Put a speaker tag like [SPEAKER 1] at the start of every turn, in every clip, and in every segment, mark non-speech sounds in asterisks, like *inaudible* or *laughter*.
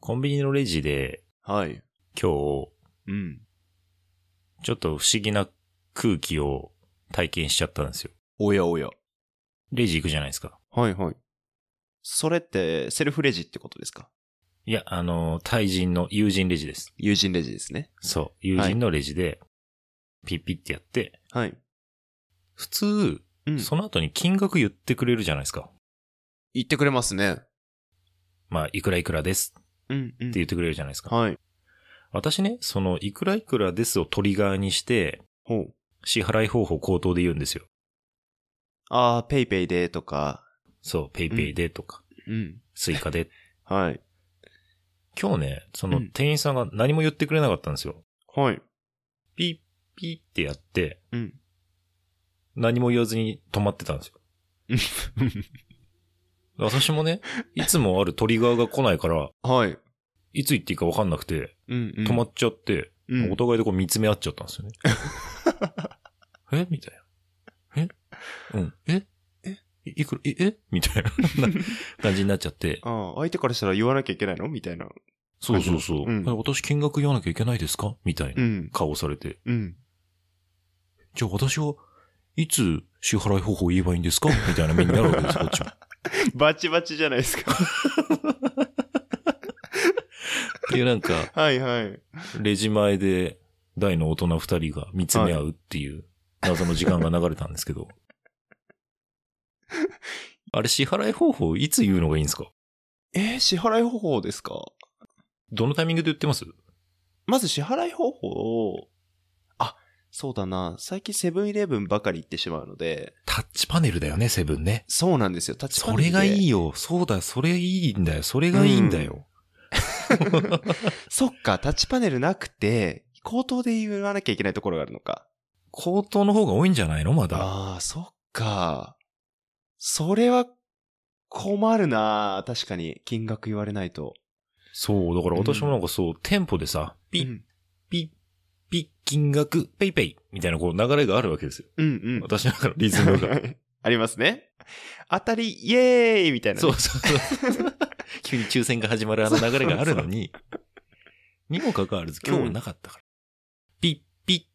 [SPEAKER 1] コンビニのレジで
[SPEAKER 2] はい。
[SPEAKER 1] 今日、
[SPEAKER 2] うん。
[SPEAKER 1] ちょっと不思議な空気を体験しちゃったんですよ。
[SPEAKER 2] おやおや。
[SPEAKER 1] レジ行くじゃないですか。
[SPEAKER 2] はいはい。それって、セルフレジってことですか
[SPEAKER 1] いや、あの、対人の友人レジです。
[SPEAKER 2] 友人レジですね。
[SPEAKER 1] そう。友人のレジで、ピッピッってやって、
[SPEAKER 2] はい。
[SPEAKER 1] 普通、
[SPEAKER 2] うん。
[SPEAKER 1] その後に金額言ってくれるじゃないですか。
[SPEAKER 2] 言ってくれますね。
[SPEAKER 1] まあ、いくらいくらですって
[SPEAKER 2] うん、うん。
[SPEAKER 1] 言ってくれるじゃないですか。
[SPEAKER 2] はい。
[SPEAKER 1] 私ね、その、いくらいくらですをトリガーにして、
[SPEAKER 2] ほう。
[SPEAKER 1] 支払い方法口頭で言うんですよ。
[SPEAKER 2] ああ、ペイペイでとか。
[SPEAKER 1] そう、ペイペイでとか、
[SPEAKER 2] うん。
[SPEAKER 1] スイカで。
[SPEAKER 2] はい。
[SPEAKER 1] 今日ね、そうの
[SPEAKER 2] ん
[SPEAKER 1] 店員さんが何も言ってくれなかったんですよ。
[SPEAKER 2] はい。
[SPEAKER 1] ピッピッってやって、
[SPEAKER 2] うん。
[SPEAKER 1] 何も言わずに止まってたん *laughs* ですよ。私もね、いつもあるトリガーが来ないから、
[SPEAKER 2] はい。
[SPEAKER 1] いつ行っていいか分かんなくて、
[SPEAKER 2] うん、うん。
[SPEAKER 1] 止まっちゃって、
[SPEAKER 2] うん
[SPEAKER 1] お互いでこう見つめ合っちゃったん *laughs* ですよね。えみたいな。えうん。ええいいくらええみたいな *laughs* 感じになっちゃって。
[SPEAKER 2] ああ、相手からしたら言わなきゃいけないのみたいな。
[SPEAKER 1] そうそうそう。
[SPEAKER 2] うん。
[SPEAKER 1] え私金額言わなきゃいけないですかみたいなん顔されて。
[SPEAKER 2] うん。
[SPEAKER 1] じゃあ私はいつ支払い方法言えばいいんです *laughs* かみたいな目になるわけです、こっちも。
[SPEAKER 2] *laughs* バチバチじゃないですか。
[SPEAKER 1] *laughs* で、なんか、
[SPEAKER 2] はいはい。
[SPEAKER 1] レジ前で大の大人二人が見つめ合うっていう謎の時間が流れたんですけど。あれ支払い方法いつ言うのがいいんですか
[SPEAKER 2] えー支払い方法ですか
[SPEAKER 1] どのタイミングで言ってます
[SPEAKER 2] まず支払い方法を、あ、そうだな。最近セブンイレブンばかり行ってしまうので、
[SPEAKER 1] タッチパネルだよね、セブンね。
[SPEAKER 2] そうなんですよ。タッチパ
[SPEAKER 1] そ
[SPEAKER 2] ネル
[SPEAKER 1] れ
[SPEAKER 2] で
[SPEAKER 1] がいいよ。そうだ、それいいんだよ。それがいいんだよ。
[SPEAKER 2] そっか、タッチパネルなくて、口頭で言わなきゃいけないところがあるのか。
[SPEAKER 1] 口頭の方が多いんじゃないのまだ。
[SPEAKER 2] ああ、そっか。それは、困るな確かに、金額言われないと。
[SPEAKER 1] そう、だから私もなんかそう、店舗でさ、ピ
[SPEAKER 2] う
[SPEAKER 1] ッ
[SPEAKER 2] ん
[SPEAKER 1] ピッピッ金額、ペイペイみたいなこう流れがあるわけですよ。
[SPEAKER 2] うんうん。
[SPEAKER 1] 私の中のリズムが。
[SPEAKER 2] *laughs* ありますね。当たり、イエーイみたいな
[SPEAKER 1] *laughs*
[SPEAKER 2] ね、
[SPEAKER 1] そうそうそう。 *laughs* 急に抽選が始まるあの流れがあるのに、にもかかわらず今日はなかったから。ピッピ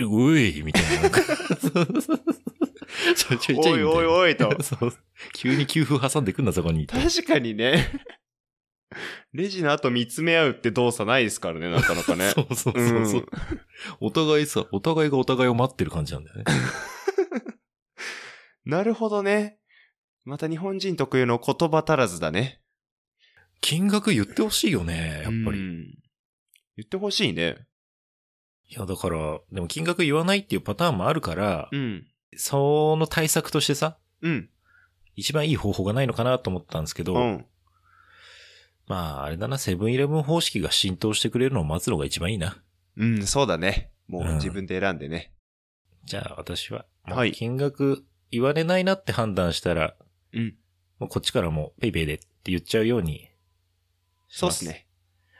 [SPEAKER 1] ッ、うえいみたいな *laughs* なんか。ちょちょいちょい
[SPEAKER 2] おい
[SPEAKER 1] みた
[SPEAKER 2] おい
[SPEAKER 1] い
[SPEAKER 2] おいと
[SPEAKER 1] な。。 *laughs* そう急に給付挟んでくんな、そこに。
[SPEAKER 2] 確かにね。 *laughs* レジの後見つめ合うって動作ないですからね、なかなか
[SPEAKER 1] *laughs*
[SPEAKER 2] ね。
[SPEAKER 1] そうそうそうそう、
[SPEAKER 2] うん
[SPEAKER 1] お互いさ、お互いがお互いを待ってる感じなんだよね。
[SPEAKER 2] なるほどね。また日本人特有の言葉足らずだね。
[SPEAKER 1] 金額言ってほしいよね、やっぱり。い
[SPEAKER 2] うん言ってほしいね。
[SPEAKER 1] や、だから、でも金額言わないっていうパターンもあるから、
[SPEAKER 2] うん。
[SPEAKER 1] その対策としてさ、
[SPEAKER 2] うん。
[SPEAKER 1] 一番いい方法がないのかなと思ったんですけど、
[SPEAKER 2] うん。
[SPEAKER 1] まあ、あれだな、セブンイレブン方式が浸透してくれるのを待つのが一番いいな。
[SPEAKER 2] うん、そうだね。もう
[SPEAKER 1] うん
[SPEAKER 2] 自分で選んでね。
[SPEAKER 1] じゃあ、私は、
[SPEAKER 2] はい
[SPEAKER 1] 金額言われないなって判断したら、
[SPEAKER 2] うん。
[SPEAKER 1] もうこっちからもうペイペイでって言っちゃうように。
[SPEAKER 2] そうっす。ね。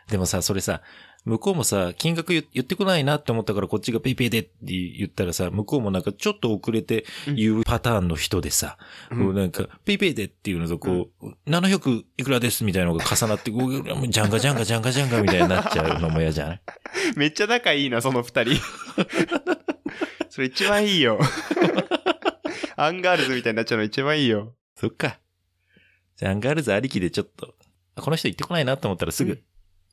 [SPEAKER 1] でもさ、それさ、向こうもさ、金額言言ってこないなって思ったからこっちがペイペイでって言ったらさ、向こうもなんかちょっと遅れて言うパターンの人でさ、こうなんか、ペイペイでっていうのとこう、700いくらですみたいなのが重なって、こうもうジャンガジャンガジャンガジャンガみたいになっちゃうのも嫌じゃない
[SPEAKER 2] *laughs* めっちゃ仲いいな、その
[SPEAKER 1] *laughs*
[SPEAKER 2] 二人。それ一番いいよ。アンガールズみたいになっちゃうの一番いいよ。
[SPEAKER 1] そっか。じゃあ、アンガールズありきでちょっと、あこの人行ってこないなと思ったらす
[SPEAKER 2] う
[SPEAKER 1] ぐ
[SPEAKER 2] ん、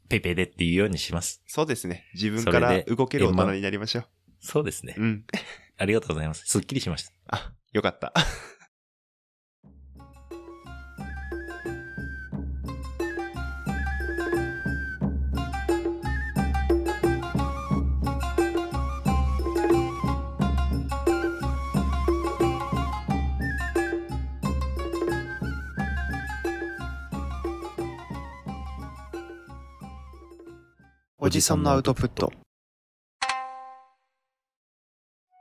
[SPEAKER 1] ペイペイでっていうようにします。
[SPEAKER 2] そうですね。自分
[SPEAKER 1] そ
[SPEAKER 2] か
[SPEAKER 1] れで
[SPEAKER 2] ら動ける大
[SPEAKER 1] 円
[SPEAKER 2] 人
[SPEAKER 1] 満
[SPEAKER 2] になりましょ
[SPEAKER 1] そうですね
[SPEAKER 2] う。。うん。
[SPEAKER 1] ありがとうございます。すっきりしました。
[SPEAKER 2] あ、よかった。
[SPEAKER 1] おじさんのアウト
[SPEAKER 2] プット。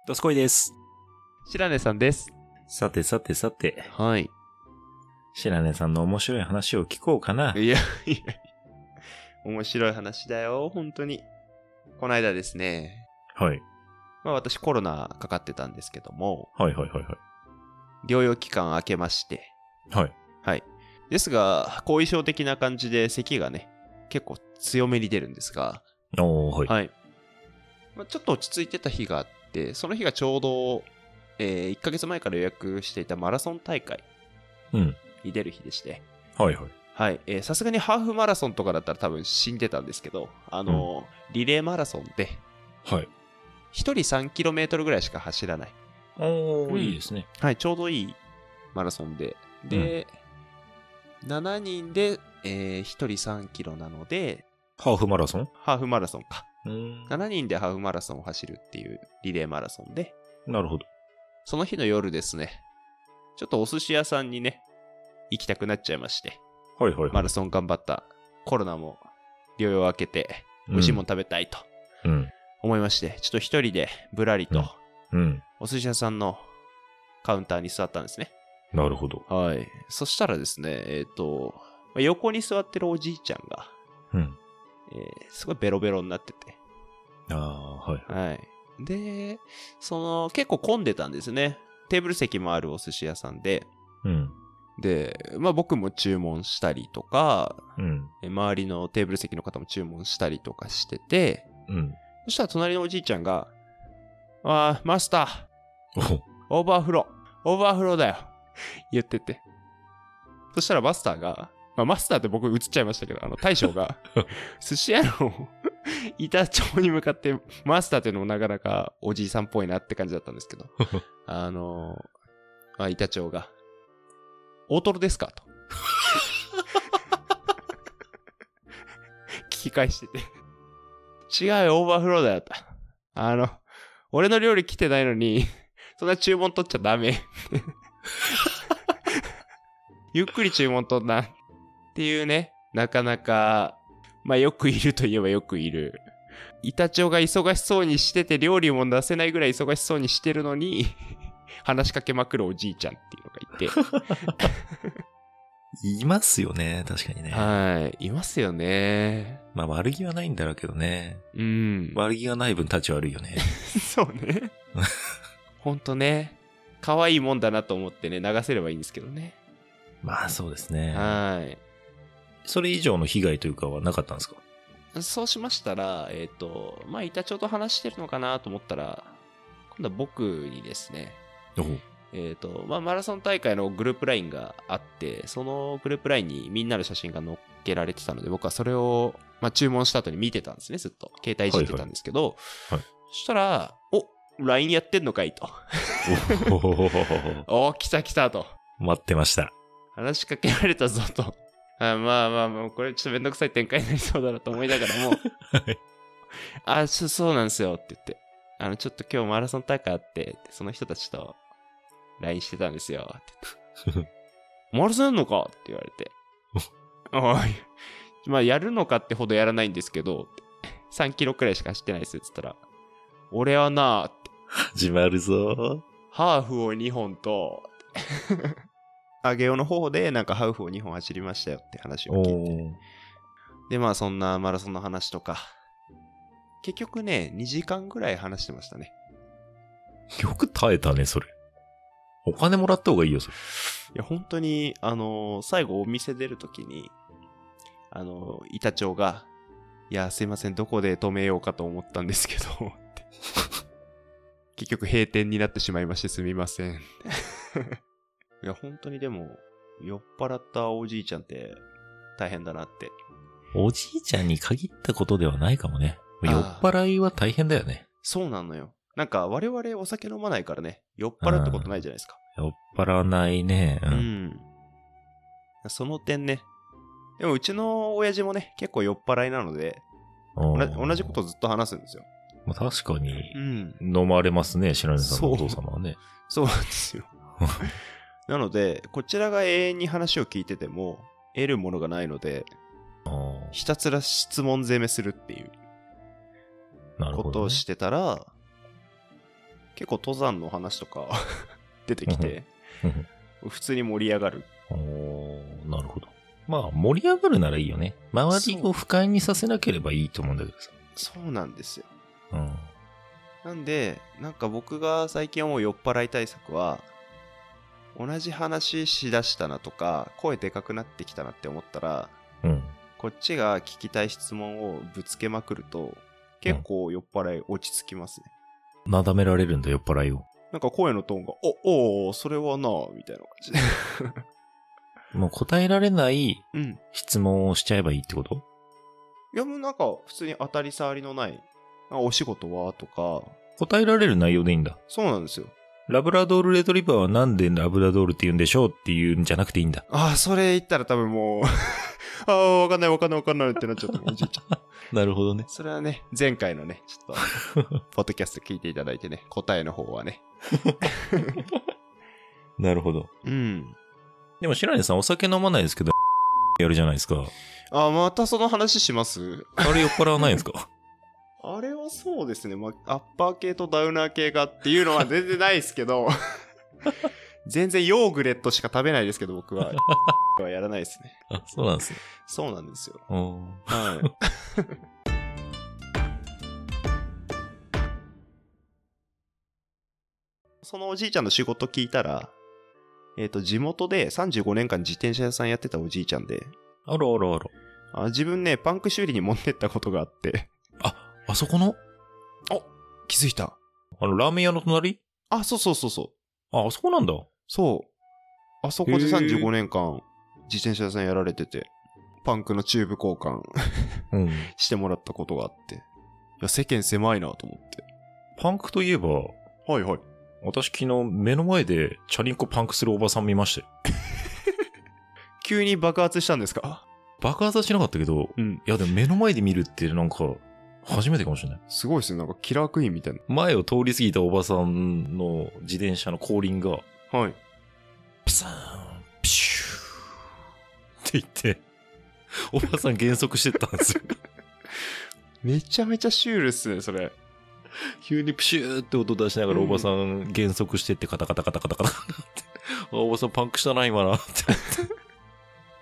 [SPEAKER 1] どすこいです。
[SPEAKER 2] 白根さんです。
[SPEAKER 1] さてさてさて、
[SPEAKER 2] はい。
[SPEAKER 1] 白根さんの面白い話を聞こうかな。
[SPEAKER 2] いやいやいや面白い話だよ、本当に。この間ですね、
[SPEAKER 1] はい。
[SPEAKER 2] まあ私コロナかかってたんですけども、
[SPEAKER 1] はいはいはいは
[SPEAKER 2] 療養期間明けまして、
[SPEAKER 1] い。はい。
[SPEAKER 2] はい。ですが、後遺症的な感じで咳がね、結構強めに出るんですが、
[SPEAKER 1] おー、はい。
[SPEAKER 2] はい。まあ、ちょっと落ち着いてた日があって、その日がちょうど、え1ヶ月前から予約していたマラソン大会
[SPEAKER 1] うん。
[SPEAKER 2] に出る日でして、
[SPEAKER 1] はいはい。
[SPEAKER 2] はい。えーさすがにハーフマラソンとかだったら多分死んでたんですけど、あのーリレーマラソンで、
[SPEAKER 1] はい。
[SPEAKER 2] 1人 3km ぐらいしか走らない。
[SPEAKER 1] おー、
[SPEAKER 2] うん
[SPEAKER 1] いいですね。
[SPEAKER 2] はい、ちょうどいいマラソンで。で、7人で、え1人3キロなので、
[SPEAKER 1] ハーフマラソン
[SPEAKER 2] ハーフマラソンか。
[SPEAKER 1] うーん。
[SPEAKER 2] 7人でハーフマラソンを走るっていうリレーマラソンで、
[SPEAKER 1] なるほど。
[SPEAKER 2] その日の夜ですね、ちょっとお寿司屋さんにね、行きたくなっちゃいまして、
[SPEAKER 1] はいはいはい。
[SPEAKER 2] マラソン頑張った、コロナも療養明けて、美味しいもん食べたいと
[SPEAKER 1] うん。
[SPEAKER 2] 思いまして、ちょっと一人でぶらり
[SPEAKER 1] う
[SPEAKER 2] と
[SPEAKER 1] ん、うん。
[SPEAKER 2] お寿司屋さんのカウンターに座ったんですね。
[SPEAKER 1] なるほど。
[SPEAKER 2] はい。そしたらですね、えっ、と、まあ横に座ってるおじいちゃんが、
[SPEAKER 1] うん。
[SPEAKER 2] えーすごいベロベロになってて、
[SPEAKER 1] あー、はい。
[SPEAKER 2] はい。で、その、結構混んでたんですね。テーブル席もあるお寿司屋さんで、
[SPEAKER 1] うん。
[SPEAKER 2] で、まあ僕も注文したりとか、
[SPEAKER 1] うん。
[SPEAKER 2] え周りのテーブル席の方も注文したりとかしてて、
[SPEAKER 1] うん。
[SPEAKER 2] そしたら隣のおじいちゃんが、あーマスター、
[SPEAKER 1] おー
[SPEAKER 2] オーバーフロー、オーバーフローだよ。言ってて。そしたらマスターが、まあ、マスターって僕映っちゃいましたけど、あの大将が、寿司屋の板長に向かって、マスターっていうのもなかなかおじいさんっぽいなって感じだったんですけど、あのまあ、板長が、大トロですかと。 *laughs* 聞き返してて。違うよ、オーバーフローだよと。あの、俺の料理来てないのに、そんな注文取っちゃダメ。 *laughs* ゆっくり注文取んな。っていうね、なかなか、まあよくいるといえばよくいる。板長が忙しそうにしてて料理も出せないぐらい忙しそうにしてるのに、話しかけまくるおじいちゃんっていうのがいて。
[SPEAKER 1] いますよね。確かに *laughs* ね。
[SPEAKER 2] はい。いますよね。
[SPEAKER 1] まあ悪気はないんだろうけどね。
[SPEAKER 2] うん。
[SPEAKER 1] 悪気がない分立ち悪いよね。
[SPEAKER 2] そうね。ほんとね。可愛いもんだなと思ってね、流せればいいんですけどね。
[SPEAKER 1] まあそうですね。
[SPEAKER 2] はい。
[SPEAKER 1] それ以上の被害というかはなかったんですか
[SPEAKER 2] そうしましたら、えっ、と、まあ、板長と話してるのかなと思ったら、今度は僕にですね、
[SPEAKER 1] おう
[SPEAKER 2] えっ、と、まあ、マラソン大会のグループラインがあって、そのグループラインにみんなの写真が載っけられてたので、僕はそれを、まあ、注文した後に見てたんですね、ずっと。携帯いじってたんですけど、
[SPEAKER 1] はいはい
[SPEAKER 2] そしたら、お LINE やってんのかいと。
[SPEAKER 1] おほほほほほ
[SPEAKER 2] お来た来たと。
[SPEAKER 1] 待ってました。
[SPEAKER 2] 話しかけられたぞと。 *laughs* あまあまあまあ、これちょっとめんどくさい展開になりそうだなと思いながらも、
[SPEAKER 1] はい
[SPEAKER 2] あ、そそうなんですよって言って、あの、ちょっと今日マラソン大会あって、その人たちと LINE してたんですよって言って。マラソンやるのかって言われて。おい。まあ、やるのかってほどやらないんですけど、3キロくらいしか走ってないですって言ったら、俺はなって
[SPEAKER 1] 始まるぞ。
[SPEAKER 2] ハーフを2本と、あげおの方でなんかハーフを2本走りましたよって話を
[SPEAKER 1] お
[SPEAKER 2] 聞いて。
[SPEAKER 1] ー
[SPEAKER 2] で、まあそんなマラソンの話とか。結局ね、2時間ぐらい話してましたね。
[SPEAKER 1] よく耐えたね、それ。お金もらった方がいいよ、それ。
[SPEAKER 2] いや、本当に、あのー最後お店出るときに、あのー板長が、いや、すいません、どこで止めようかと思ったんですけど、 *laughs* って結局閉店になってしまいましてすみません。いや、本当にでも、酔っ払ったおじいちゃんって大変だなって。
[SPEAKER 1] おじいちゃんに限ったことではないかもね。
[SPEAKER 2] あ
[SPEAKER 1] 酔
[SPEAKER 2] ー
[SPEAKER 1] っ払いは大変だよね。
[SPEAKER 2] そうなのよ。なんか我々お酒飲まないからね、酔っ払ったことないじゃないですか。
[SPEAKER 1] 酔っ払わないね。う。
[SPEAKER 2] うんん。その点ね。でもうちの親父もね、結構酔っ払いなので、
[SPEAKER 1] お
[SPEAKER 2] 同
[SPEAKER 1] ー
[SPEAKER 2] じ同じこと。ずっと話すんですよ。
[SPEAKER 1] まあ確かに、
[SPEAKER 2] ん。
[SPEAKER 1] 飲まれますね、白根さんのお
[SPEAKER 2] そう
[SPEAKER 1] 父様はね。
[SPEAKER 2] そうなんで
[SPEAKER 1] *laughs*
[SPEAKER 2] すよ。なので、こちらが永遠に話を聞いてても、得るものがないので、
[SPEAKER 1] あー
[SPEAKER 2] ひたすら質問攻めするっていう
[SPEAKER 1] なる
[SPEAKER 2] こ
[SPEAKER 1] ほ
[SPEAKER 2] と
[SPEAKER 1] ど
[SPEAKER 2] を
[SPEAKER 1] ね。
[SPEAKER 2] してたら、結構登山の話とか *laughs* 出てきて
[SPEAKER 1] うんうん、
[SPEAKER 2] 普通に盛り上がる。
[SPEAKER 1] *laughs* おーなるほど。まあ、盛り上がるならいいよね。周りを不快にさせなければいいと思うんだけどさ。
[SPEAKER 2] そうなんですよ。
[SPEAKER 1] うん。
[SPEAKER 2] なんで、なんか僕が最近思う酔っ払い対策は、同じ話しだしたなとか声でかくなってきたなって思ったら
[SPEAKER 1] うん。
[SPEAKER 2] こっちが聞きたい質問をぶつけまくると結構酔っ払い落ち着きますね、
[SPEAKER 1] なだめられるんだ、酔っ払いを。
[SPEAKER 2] なんか声のトーンが「おおーそれはな」みたいな感じで
[SPEAKER 1] もう答えられない
[SPEAKER 2] うん
[SPEAKER 1] 質問をしちゃえばいいってこと
[SPEAKER 2] いやもうなんか普通に当たり障りのない「あお仕事は?」とか
[SPEAKER 1] 答えられる内容でいいんだ。
[SPEAKER 2] そうなんですよ
[SPEAKER 1] ラブラドールレトリバーはなんでラブラドールって言うんでしょうっていうんじゃなくていいんだ。
[SPEAKER 2] ああそれ言ったら多分もう *laughs* ああわかんないわかんないわかんないってなっちゃったおじいちゃん
[SPEAKER 1] なるほどね。
[SPEAKER 2] それはね、前回のね、ちょっと、ポッドキャスト聞いていただいてね、答えの方はね。
[SPEAKER 1] なるほど。
[SPEAKER 2] うん。
[SPEAKER 1] でも白根さんお酒飲まないですけど、 *laughs* やるじゃないですか。
[SPEAKER 2] あ、またその話します
[SPEAKER 1] あれ酔っ払わないんです *laughs* か
[SPEAKER 2] あれはそうですね、まあ、アッパー系とダウナー系がっていうのは全然ないですけ *laughs* ど、全然ヨーグレットしか食べないですけど、僕 *laughs* は。はやらないですね。
[SPEAKER 1] あ、そうなんですね。
[SPEAKER 2] そうなんですよ。
[SPEAKER 1] うん
[SPEAKER 2] はい。 *laughs* そのおじいちゃんの仕事聞いたら、えっ、と、地元で35年間自転車屋さんやってたおじいちゃんで、
[SPEAKER 1] あらあらあら。
[SPEAKER 2] あ自分ね、パンク修理に持ってったことがあって、
[SPEAKER 1] あ、あそこの
[SPEAKER 2] 気づいた。
[SPEAKER 1] あの、ラーメン屋の隣
[SPEAKER 2] あ、そうそうそうそう。
[SPEAKER 1] あ、あそこなんだ。
[SPEAKER 2] そう。あそこで
[SPEAKER 1] へー
[SPEAKER 2] 35年間、自転車屋さんやられてて、パンクのチューブ交換 *laughs*
[SPEAKER 1] うん。
[SPEAKER 2] してもらったことがあって、いや、世間狭いなと思って。
[SPEAKER 1] パンクといえば、
[SPEAKER 2] はいはい。
[SPEAKER 1] 私昨日目の前でチャリンコパンクするおばさん見ましたよ。
[SPEAKER 2] 急に爆発したんですか
[SPEAKER 1] 爆発はしなかったけど、
[SPEAKER 2] うん。
[SPEAKER 1] いやでも目の前で見るってなんか、初めてかもしれない。
[SPEAKER 2] すごいですね。なんかキラークイーンみたい
[SPEAKER 1] 前を通り過ぎたおばさんの自転車の後輪が、
[SPEAKER 2] な。はい。
[SPEAKER 1] ピサーン、ピシューって言って、おばさん減速してったんですよ。
[SPEAKER 2] めちゃめちゃシュールっすね、それ。
[SPEAKER 1] 急にプシューって音出しながらおばさん減速してってカタカタカタカタカタ *laughs* って。あ、おばさんパンクしたな、今な。っ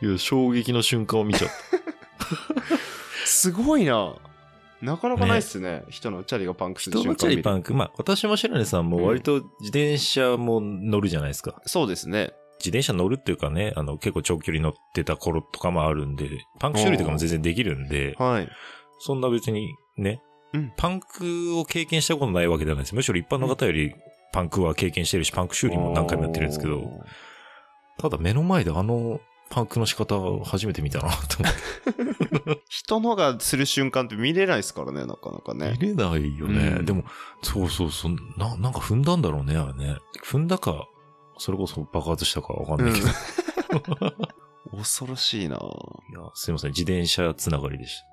[SPEAKER 1] て。いや、衝撃の瞬間を見ちゃった。
[SPEAKER 2] すごいな。なかなかないっすね。人のチャリがパンクする
[SPEAKER 1] *laughs* 人
[SPEAKER 2] 瞬
[SPEAKER 1] のチ
[SPEAKER 2] 間
[SPEAKER 1] ャ
[SPEAKER 2] 見
[SPEAKER 1] リ
[SPEAKER 2] る
[SPEAKER 1] パンク、まあ私も白根さんも割と自転車も乗るじゃないですか。
[SPEAKER 2] そうですね。
[SPEAKER 1] 自転車乗るっていうかね、あの結構長距離乗ってた頃とかもあるんで、パンク修理とかも全然できるんで、
[SPEAKER 2] はい。
[SPEAKER 1] そんな別にね、
[SPEAKER 2] うん
[SPEAKER 1] パンクを経験したことないわけじゃないです。むしろ一般の方よりパンクは経験してるし、パンク修理も何回もやってるんですけど、ただ目の前であのパンクの仕方を初めて見たなと思っ
[SPEAKER 2] 人のがする瞬間って見れないですからね、なかなか
[SPEAKER 1] て。
[SPEAKER 2] ね。
[SPEAKER 1] 見れないよね。
[SPEAKER 2] うん
[SPEAKER 1] でも、そうそうそう、な、なんか踏んだんだろうね、あれね。踏んだか、それこそ爆発したかわかんないけど。
[SPEAKER 2] うん恐ろしいない
[SPEAKER 1] や、すいません、自転車つながりでした。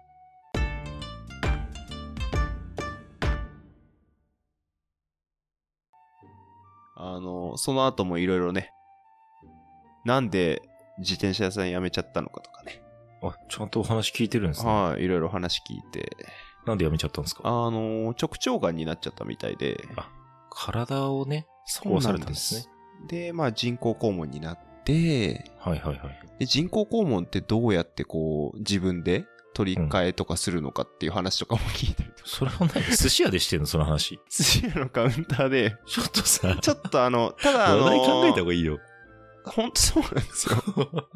[SPEAKER 2] あの、その後もいろいろね、なんで自転車屋さん辞めちゃったのかとかね。
[SPEAKER 1] あ、ちゃんとお話聞いてるんですね。
[SPEAKER 2] はい、いろいろ話聞いて、
[SPEAKER 1] なんでやめちゃったんですか
[SPEAKER 2] あの、直腸がんになっちゃったみたいで、
[SPEAKER 1] あ体をね、
[SPEAKER 2] そう
[SPEAKER 1] さ
[SPEAKER 2] な
[SPEAKER 1] れ
[SPEAKER 2] ん
[SPEAKER 1] たん
[SPEAKER 2] で
[SPEAKER 1] ですね
[SPEAKER 2] す。で、まあ人工肛門になって、
[SPEAKER 1] はいはいはい。
[SPEAKER 2] で人工肛門ってどうやってこう自分で取り替えとかするのかっていう話とかも聞いたりとか、
[SPEAKER 1] それ
[SPEAKER 2] *laughs*
[SPEAKER 1] は何寿司屋でしてんのその話。
[SPEAKER 2] 寿司屋のカウンターで、
[SPEAKER 1] ちょっとさ、
[SPEAKER 2] ちょっとあの、ただあ
[SPEAKER 1] *laughs*
[SPEAKER 2] の、
[SPEAKER 1] 話題考えた方がいいよ。
[SPEAKER 2] 本当そうなんですよ。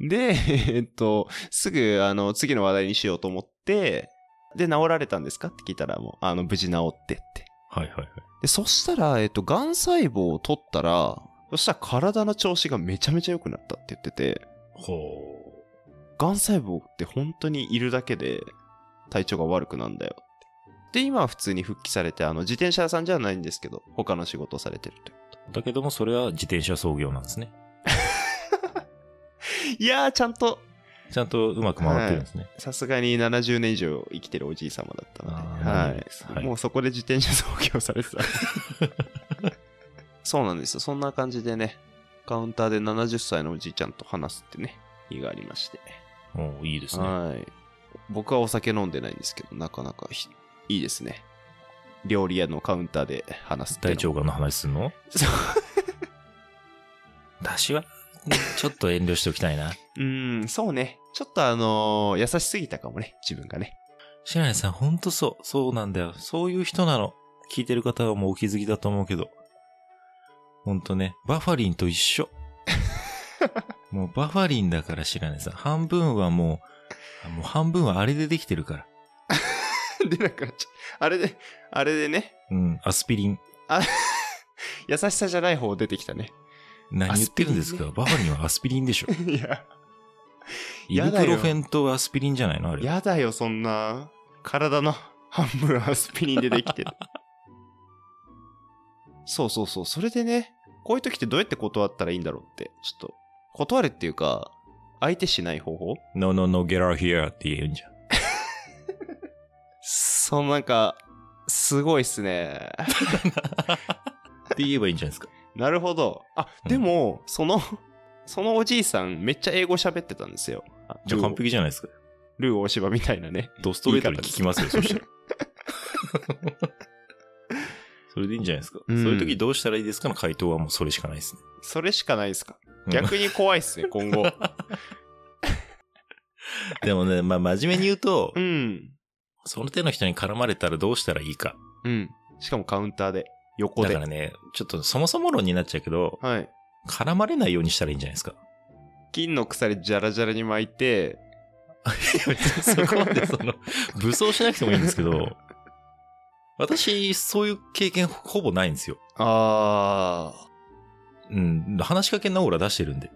[SPEAKER 2] で、 *laughs* えっと、すぐ、あの、次の話題にしようと思って、で、治られたんですかって聞いたら、もう、あの、無事治ってって。
[SPEAKER 1] はいはいはい。
[SPEAKER 2] で、そしたら、えっと、がん細胞を取ったら、そしたら体の調子がめちゃめちゃ良くなったって言ってて、
[SPEAKER 1] ほ
[SPEAKER 2] がん細胞って本当にいるだけで体調が悪くなんだよって。で、今は普通に復帰されて、あの、自転車屋さんじゃないんですけど、他の仕事をされてるという。
[SPEAKER 1] う。だけども、それは自転車操業なんですね。
[SPEAKER 2] いやー、ちゃんと、
[SPEAKER 1] ちゃんとうまく回ってるんですね。
[SPEAKER 2] さすがに70年以上生きてるおじい様だったので、
[SPEAKER 1] あー
[SPEAKER 2] はい
[SPEAKER 1] はい
[SPEAKER 2] もうそこで自転車操業さ
[SPEAKER 1] *laughs*
[SPEAKER 2] れてた。そうなんですよ。そんな感じでね、カウンターで70歳のおじいちゃんと話すってね、意がありまして。
[SPEAKER 1] おーいいですね。
[SPEAKER 2] はい。僕はお酒飲んでないんですけど、なかなかひいいですね。料理屋のカウンターで話すってい
[SPEAKER 1] 大
[SPEAKER 2] う
[SPEAKER 1] 腸
[SPEAKER 2] の
[SPEAKER 1] がんの話すんの
[SPEAKER 2] そう
[SPEAKER 1] 私は、 *laughs* ちょっと遠慮しておきたいな。
[SPEAKER 2] *laughs* うーん、そうね。ちょっとあのー優しすぎたかもね、自分がね。 *laughs*
[SPEAKER 1] 白根さん、ほんとそう。そうなんだよ。そういう人なの。聞いてる方はもうお気づきだと思うけど。ほんとね、バファリンと一 *laughs* 緒。もうバファリンだから知らないさ。半分はもう、もう半分はあれでできてるから。
[SPEAKER 2] 出なくなっちゃう。あれで、あれでね、
[SPEAKER 1] うん、アスピリン。
[SPEAKER 2] 優しさじゃない方出てきたね。
[SPEAKER 1] 何言ってるんですか、
[SPEAKER 2] アス
[SPEAKER 1] バファリンはアスピリンで *laughs* しょ。
[SPEAKER 2] いや、
[SPEAKER 1] イ
[SPEAKER 2] や
[SPEAKER 1] ブ
[SPEAKER 2] だ
[SPEAKER 1] プ
[SPEAKER 2] よ
[SPEAKER 1] ロフェンとアスピリンじゃないのあれ。
[SPEAKER 2] やだよ、そんな。体の半分アスピリンでできて *laughs* る。そうそうそう。それでね、こういう時ってどうやって断ったらいいんだろうって、ちょっと、断るっていうか、相手しない方法
[SPEAKER 1] No, no, no, get out here って言うんじゃん。
[SPEAKER 2] そのなんか、すごいっすね。
[SPEAKER 1] って言えばいいんじゃないですか。
[SPEAKER 2] *laughs* なるほど。あ、
[SPEAKER 1] うん
[SPEAKER 2] でも、その、そのおじいさん、めっちゃ英語喋ってたんですよ。あ
[SPEAKER 1] じゃあ完。璧じゃないですか。
[SPEAKER 2] ルールー大芝みたいなね。
[SPEAKER 1] ドストレートに聞きますよ、
[SPEAKER 2] 言
[SPEAKER 1] そ
[SPEAKER 2] い
[SPEAKER 1] *laughs*
[SPEAKER 2] 方です
[SPEAKER 1] したら。それでいいんじゃないですか。
[SPEAKER 2] うん
[SPEAKER 1] そういう時どうしたらいいですかの回答はもうそれしかないですね。
[SPEAKER 2] それしかないですか
[SPEAKER 1] うん
[SPEAKER 2] 逆に怖いっすね、今 *laughs* 後。
[SPEAKER 1] *laughs* でもね、まあ真面目に言うと
[SPEAKER 2] う、ん。
[SPEAKER 1] その手の人に絡まれたらどうしたらいいか。
[SPEAKER 2] うん。しかもカウンターで。横
[SPEAKER 1] だ
[SPEAKER 2] で。
[SPEAKER 1] からね、ちょっとそもそも論になっちゃうけど、
[SPEAKER 2] はい。
[SPEAKER 1] 絡まれないようにしたらいいんじゃないですか。
[SPEAKER 2] 金の鎖じゃらじゃらに巻いて、
[SPEAKER 1] そこまで *laughs* その、武装しなくてもいいんですけど、私、そういう経験ほぼないんですよ。
[SPEAKER 2] あ
[SPEAKER 1] うん、話しかけのオーラ出してるんで。
[SPEAKER 2] ー。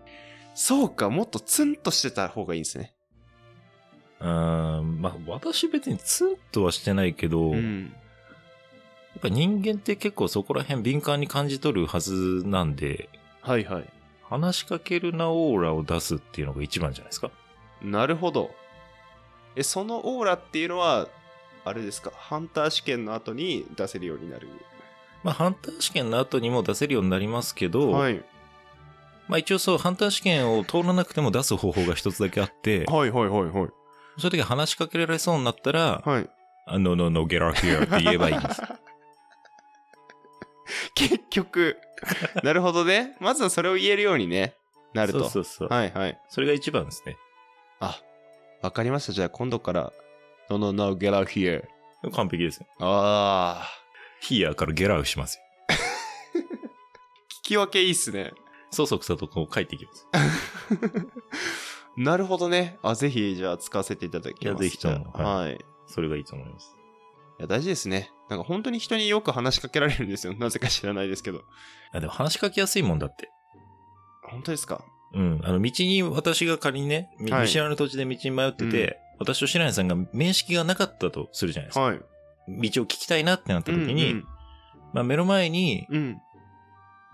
[SPEAKER 2] そうか、もっとツンとしてた方がいいんですね。
[SPEAKER 1] うーん、まあ私別にツンとはしてないけど、
[SPEAKER 2] う
[SPEAKER 1] や
[SPEAKER 2] ん。
[SPEAKER 1] っぱ人間って結構そこら辺敏感に感じ取るはずなんで、
[SPEAKER 2] はいはい。
[SPEAKER 1] 話しかけるなオーラを出すっていうのが一番じゃないですか。
[SPEAKER 2] なるほど。え、そのオーラっていうのは、あれですか、ハンター試験の後に出せるようになる。
[SPEAKER 1] まあハンター試験の後にも出せるようになりますけど、
[SPEAKER 2] はい。
[SPEAKER 1] まあ一応そう、ハンター試験を通らなくても出す方法が一つだけあって、
[SPEAKER 2] はいはいはいはい。
[SPEAKER 1] そういう時話しかけられそうになったら、
[SPEAKER 2] はい。
[SPEAKER 1] あの、no, no, get out here って言えばいいんです。
[SPEAKER 2] 結局、 *laughs* なるほどね。まずはそれを言えるようにね、 *laughs* なると。
[SPEAKER 1] そうそうそう。
[SPEAKER 2] はいはい。
[SPEAKER 1] それが一番ですね。
[SPEAKER 2] あ、わかりました。じゃあ今度から、No, no, no, get out here.
[SPEAKER 1] 完璧ですよ。
[SPEAKER 2] ああ。
[SPEAKER 1] here から get out しますよ。
[SPEAKER 2] 聞き分けいいっす
[SPEAKER 1] *laughs*
[SPEAKER 2] ね。
[SPEAKER 1] そそくさとこう帰ってきます。
[SPEAKER 2] なるほどね。あ、ぜひ、じゃあ使わせていただき
[SPEAKER 1] いや
[SPEAKER 2] ます。
[SPEAKER 1] ぜひとも
[SPEAKER 2] じゃあ
[SPEAKER 1] は
[SPEAKER 2] はい。い
[SPEAKER 1] それがいいと思います。
[SPEAKER 2] や、大事ですね。なんか本当に人によく話しかけられるんですよ。なぜか知らないですけど。
[SPEAKER 1] あ、でも話しかけやすいもんだって。
[SPEAKER 2] 本当ですか
[SPEAKER 1] うん。あの、道に私が仮にね、み
[SPEAKER 2] はい
[SPEAKER 1] 見知らぬ土地で道に迷ってて、私と白根さんが面識がなかったとするじゃないですか。
[SPEAKER 2] はい。っ
[SPEAKER 1] 道を聞きたいなってなった時に、
[SPEAKER 2] うん
[SPEAKER 1] まあ目の前に
[SPEAKER 2] うん。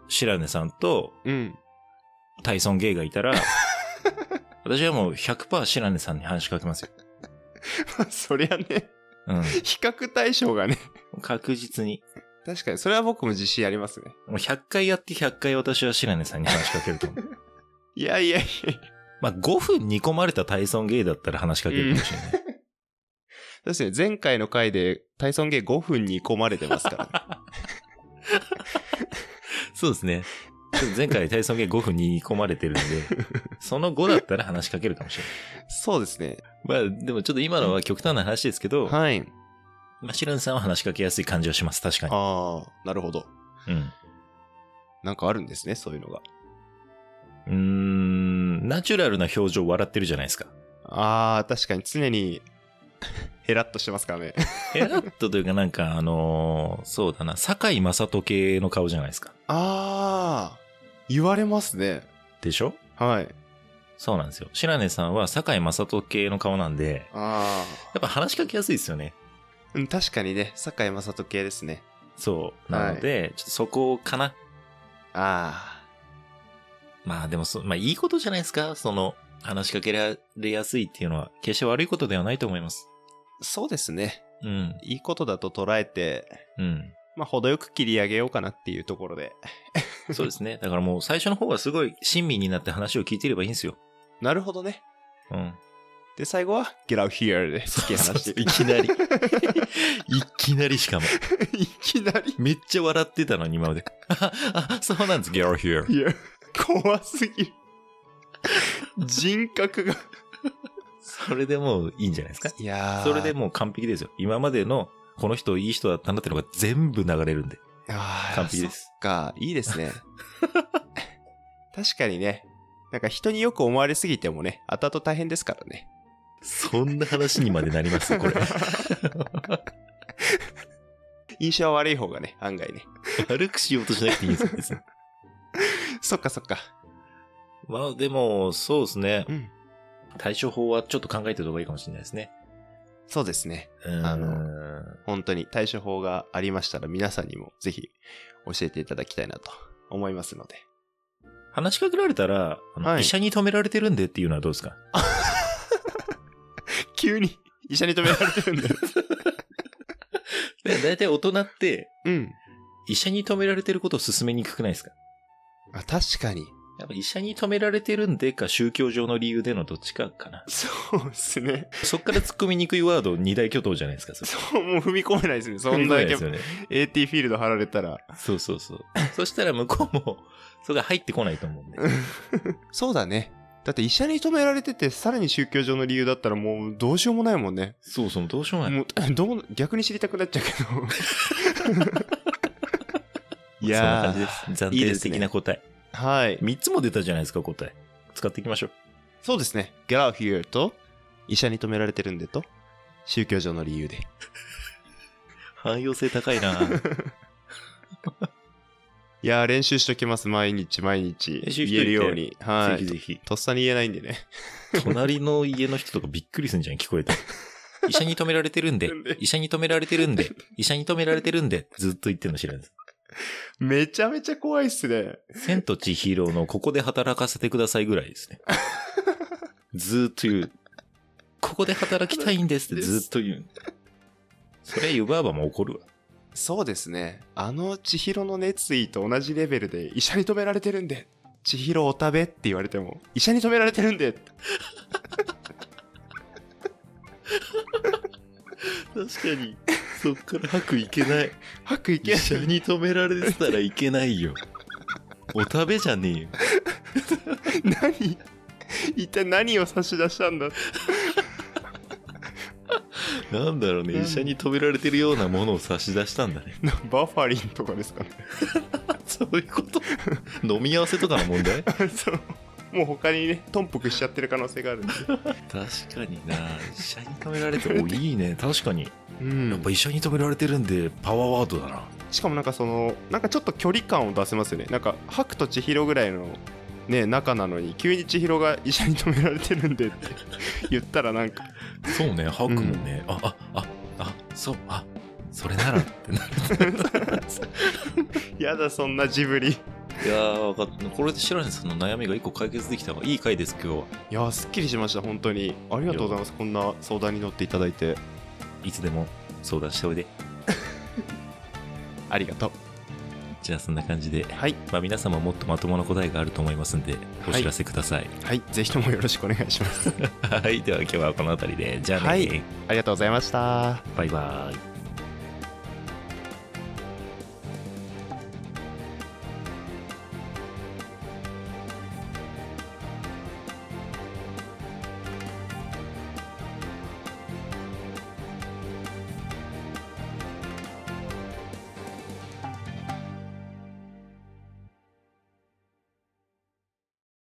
[SPEAKER 1] 白根さんと
[SPEAKER 2] うん。うん *laughs*
[SPEAKER 1] タイソンゲイがいたら、私はもう100%白根さんに話しかけますよ。
[SPEAKER 2] まあそりゃね、
[SPEAKER 1] う
[SPEAKER 2] 比較対象がね。
[SPEAKER 1] ん。確実に。
[SPEAKER 2] 確かに、それは僕も自信ありますね。
[SPEAKER 1] もう100回やって100回私は白根さんに話しかけると思
[SPEAKER 2] *laughs*
[SPEAKER 1] う。
[SPEAKER 2] いやいやいや
[SPEAKER 1] まあ5分煮込まれたタイソンゲイだったら話しかけるかもしれない。
[SPEAKER 2] *laughs* 確かに前回の回で、タイソンゲー5分煮込まれてますからね。
[SPEAKER 1] *laughs* そうですね。ちょっと前回体操ゲーム5分煮込まれてるんで、
[SPEAKER 2] *laughs*
[SPEAKER 1] その後だったら話しかけるかもしれ
[SPEAKER 2] そうですね。
[SPEAKER 1] ない。まあ、でもちょっと今のは極端な話ですけど、ま
[SPEAKER 2] はい。
[SPEAKER 1] あ、白根さんは話しかけやすい感じはします。確かに。
[SPEAKER 2] ああ、なるほど。
[SPEAKER 1] うん。
[SPEAKER 2] なんかあるんですね、そういうのが。
[SPEAKER 1] うーん、ナチュラルな表情笑ってるじゃないですか。
[SPEAKER 2] ああ、確かに常に、 *laughs* ヘラッとしてますからね。 *laughs*
[SPEAKER 1] ヘラッとというかなんか、あのーそうだな、堺雅人系の顔じゃないですか。
[SPEAKER 2] ああ、言われますね。
[SPEAKER 1] でしょ
[SPEAKER 2] はい。
[SPEAKER 1] そうなんですよ。白根さんは堺雅人系の顔なんで、
[SPEAKER 2] あ
[SPEAKER 1] やっぱ話しかけやすいですよね。
[SPEAKER 2] あ。確かにね、堺雅人系ですね。
[SPEAKER 1] そう。なので、ちょっとそこかな。
[SPEAKER 2] あ
[SPEAKER 1] まあでもそ、まあいいことじゃないですか。その、話しかけられやすいっていうのは、決して悪いことではないと思います。
[SPEAKER 2] あ、そうですね。
[SPEAKER 1] うん、
[SPEAKER 2] いいことだと捉えて、
[SPEAKER 1] うん。
[SPEAKER 2] まあ、程よく切り上げようかなっていうところで。
[SPEAKER 1] そうです *laughs* ね。だからもう最初の方はすごい親身になって話を聞いてればいいんですよ。
[SPEAKER 2] なるほどね。
[SPEAKER 1] うん。
[SPEAKER 2] で、最後は、get out here で好きな話。
[SPEAKER 1] いきなり。 *laughs* いきなりしかも。
[SPEAKER 2] いきなり。
[SPEAKER 1] めっちゃ笑ってたのに今まで。あ、 *laughs* あそうなんです。Get out here.
[SPEAKER 2] いや、怖すぎる。人格が。
[SPEAKER 1] それでもういいんじゃないですか。
[SPEAKER 2] いや
[SPEAKER 1] それでもう完璧ですよ。今までの、この人いい人だったなってのが全部流れるんで。
[SPEAKER 2] あー
[SPEAKER 1] 完璧です
[SPEAKER 2] そっか、いいですね。 *laughs* 確かにね、なんか人によく思われすぎてもね、後々大変ですからね。
[SPEAKER 1] そんな話にまでなり *laughs* ます
[SPEAKER 2] *laughs*
[SPEAKER 1] これ。
[SPEAKER 2] 印象は悪い方がね、案外ね。
[SPEAKER 1] 悪くしようとしなくていいんですよ。
[SPEAKER 2] そっかそっか。
[SPEAKER 1] まあでも、そうですね
[SPEAKER 2] う。ん。
[SPEAKER 1] 対処法はちょっと考えておいた方がいいかもしれないですね。
[SPEAKER 2] そうですね。
[SPEAKER 1] うん
[SPEAKER 2] あ本当に対処法がありましたら皆さんにもぜひ教えていただきたいなと思いますので。
[SPEAKER 1] 話しかけられたら、あの
[SPEAKER 2] はい
[SPEAKER 1] 医者に止められてるんでっていうのはどうですか
[SPEAKER 2] 急に医者に止められてるんだよ。
[SPEAKER 1] だいたい大人って、
[SPEAKER 2] *laughs* うん。
[SPEAKER 1] 医者に止められてることを進めにくくないですか
[SPEAKER 2] あ、確かに。
[SPEAKER 1] やっぱ医者に止められてるんでか宗教上の理由でのどっちかかな。
[SPEAKER 2] そうですね。
[SPEAKER 1] そっから突っ込みにくいワード二大巨頭じゃないですか、それ
[SPEAKER 2] そう、もう踏み込めないですね。そん
[SPEAKER 1] 踏み込めな
[SPEAKER 2] だけ
[SPEAKER 1] いですよね。
[SPEAKER 2] AT フィールド貼られたら。
[SPEAKER 1] そうそうそう。そしたら向こうも、それが入ってこないと思うんで。
[SPEAKER 2] そうだね。だって医者に止められてて、さらに宗教上の理由だったらもうどうしようもないもんね。
[SPEAKER 1] そうそう、どうしようもない。
[SPEAKER 2] もう、 *laughs* どう、逆に知りたくなっちゃうけど。
[SPEAKER 1] *laughs*
[SPEAKER 2] いや
[SPEAKER 1] そんな感
[SPEAKER 2] ー、
[SPEAKER 1] じ
[SPEAKER 2] いい
[SPEAKER 1] で。暫定
[SPEAKER 2] ですすね
[SPEAKER 1] 的な答え。
[SPEAKER 2] はい。
[SPEAKER 1] 三つも出たじゃないですか、答え。使っていきましょう。
[SPEAKER 2] そうですね。Get out here と、医者に止められてるんでと、宗教上の理由で。
[SPEAKER 1] 汎用性高いな
[SPEAKER 2] いやー、練習しときます。毎日毎日。
[SPEAKER 1] 練習しといて
[SPEAKER 2] 言えるように。は
[SPEAKER 1] ぜひぜ
[SPEAKER 2] い。
[SPEAKER 1] ひ。
[SPEAKER 2] とっさに言えないんでね。 *laughs*
[SPEAKER 1] 隣の家の人とかびっくりすんじゃん、聞こえて。医者に止められてるんで
[SPEAKER 2] なんで、
[SPEAKER 1] 医者に止められてるんで、医者に止められてるんで、ずっと言ってるの知らん
[SPEAKER 2] *laughs*
[SPEAKER 1] です。
[SPEAKER 2] めちゃめちゃ怖いっすね。
[SPEAKER 1] 千と千尋のここで働かせてくださいぐらい
[SPEAKER 2] *laughs*
[SPEAKER 1] ですね。ずーっと言う。ここで働きたいんですってずーっと言う。それ湯婆婆も怒るわ。
[SPEAKER 2] そうですね。あの千尋の熱意と同じレベルで、医者に止められてるんで、千尋お食べって言われても、医者に止められてるんで、
[SPEAKER 1] 確かに。そっから吐くいけない。
[SPEAKER 2] 吐くいけない。
[SPEAKER 1] に止められてたらいけないよ。お食べじゃねえよ。
[SPEAKER 2] 何 *laughs* 一体何を差し出したんだ
[SPEAKER 1] なんだろうね、
[SPEAKER 2] なん
[SPEAKER 1] 医者に止められてるようなものを差し出したんだね。
[SPEAKER 2] なバファリンとかですかね。
[SPEAKER 1] そういう *laughs* こと飲み合わせとかの問題確
[SPEAKER 2] *laughs* そう。もう他にね、頓服しちゃってる可能性があるんで。
[SPEAKER 1] かにな医者に止められておいいね確かに
[SPEAKER 2] うん
[SPEAKER 1] やっぱ医者に止められてるんでパワーワードだな
[SPEAKER 2] しかもなんかそのなんかちょっと距離感を出せますよねなんか白と千尋ぐらいのね仲なのに急に千尋が医者に止められてるんでって言ったらなんか
[SPEAKER 1] そうねハクもね、ああああそうあそれならってなる
[SPEAKER 2] *laughs* やだそんなジブリい
[SPEAKER 1] *laughs* いやー分かったこれで白根さんの悩みが一個解決できた方がいい回です今日は
[SPEAKER 2] やーすっきりしました本当にありがとうございますこんな相談に乗っていただいて
[SPEAKER 1] いつでも相談しておいで
[SPEAKER 2] ありがとう
[SPEAKER 1] じゃあそんな感じで、
[SPEAKER 2] はい
[SPEAKER 1] まあ、皆様もっとまともな答えがあると思いますんでお知らせください
[SPEAKER 2] はいぜひともよろしくお願いします
[SPEAKER 1] *laughs* はい、では今日はこの辺りでじゃあね、
[SPEAKER 2] はいありがとうございました
[SPEAKER 1] バイバイ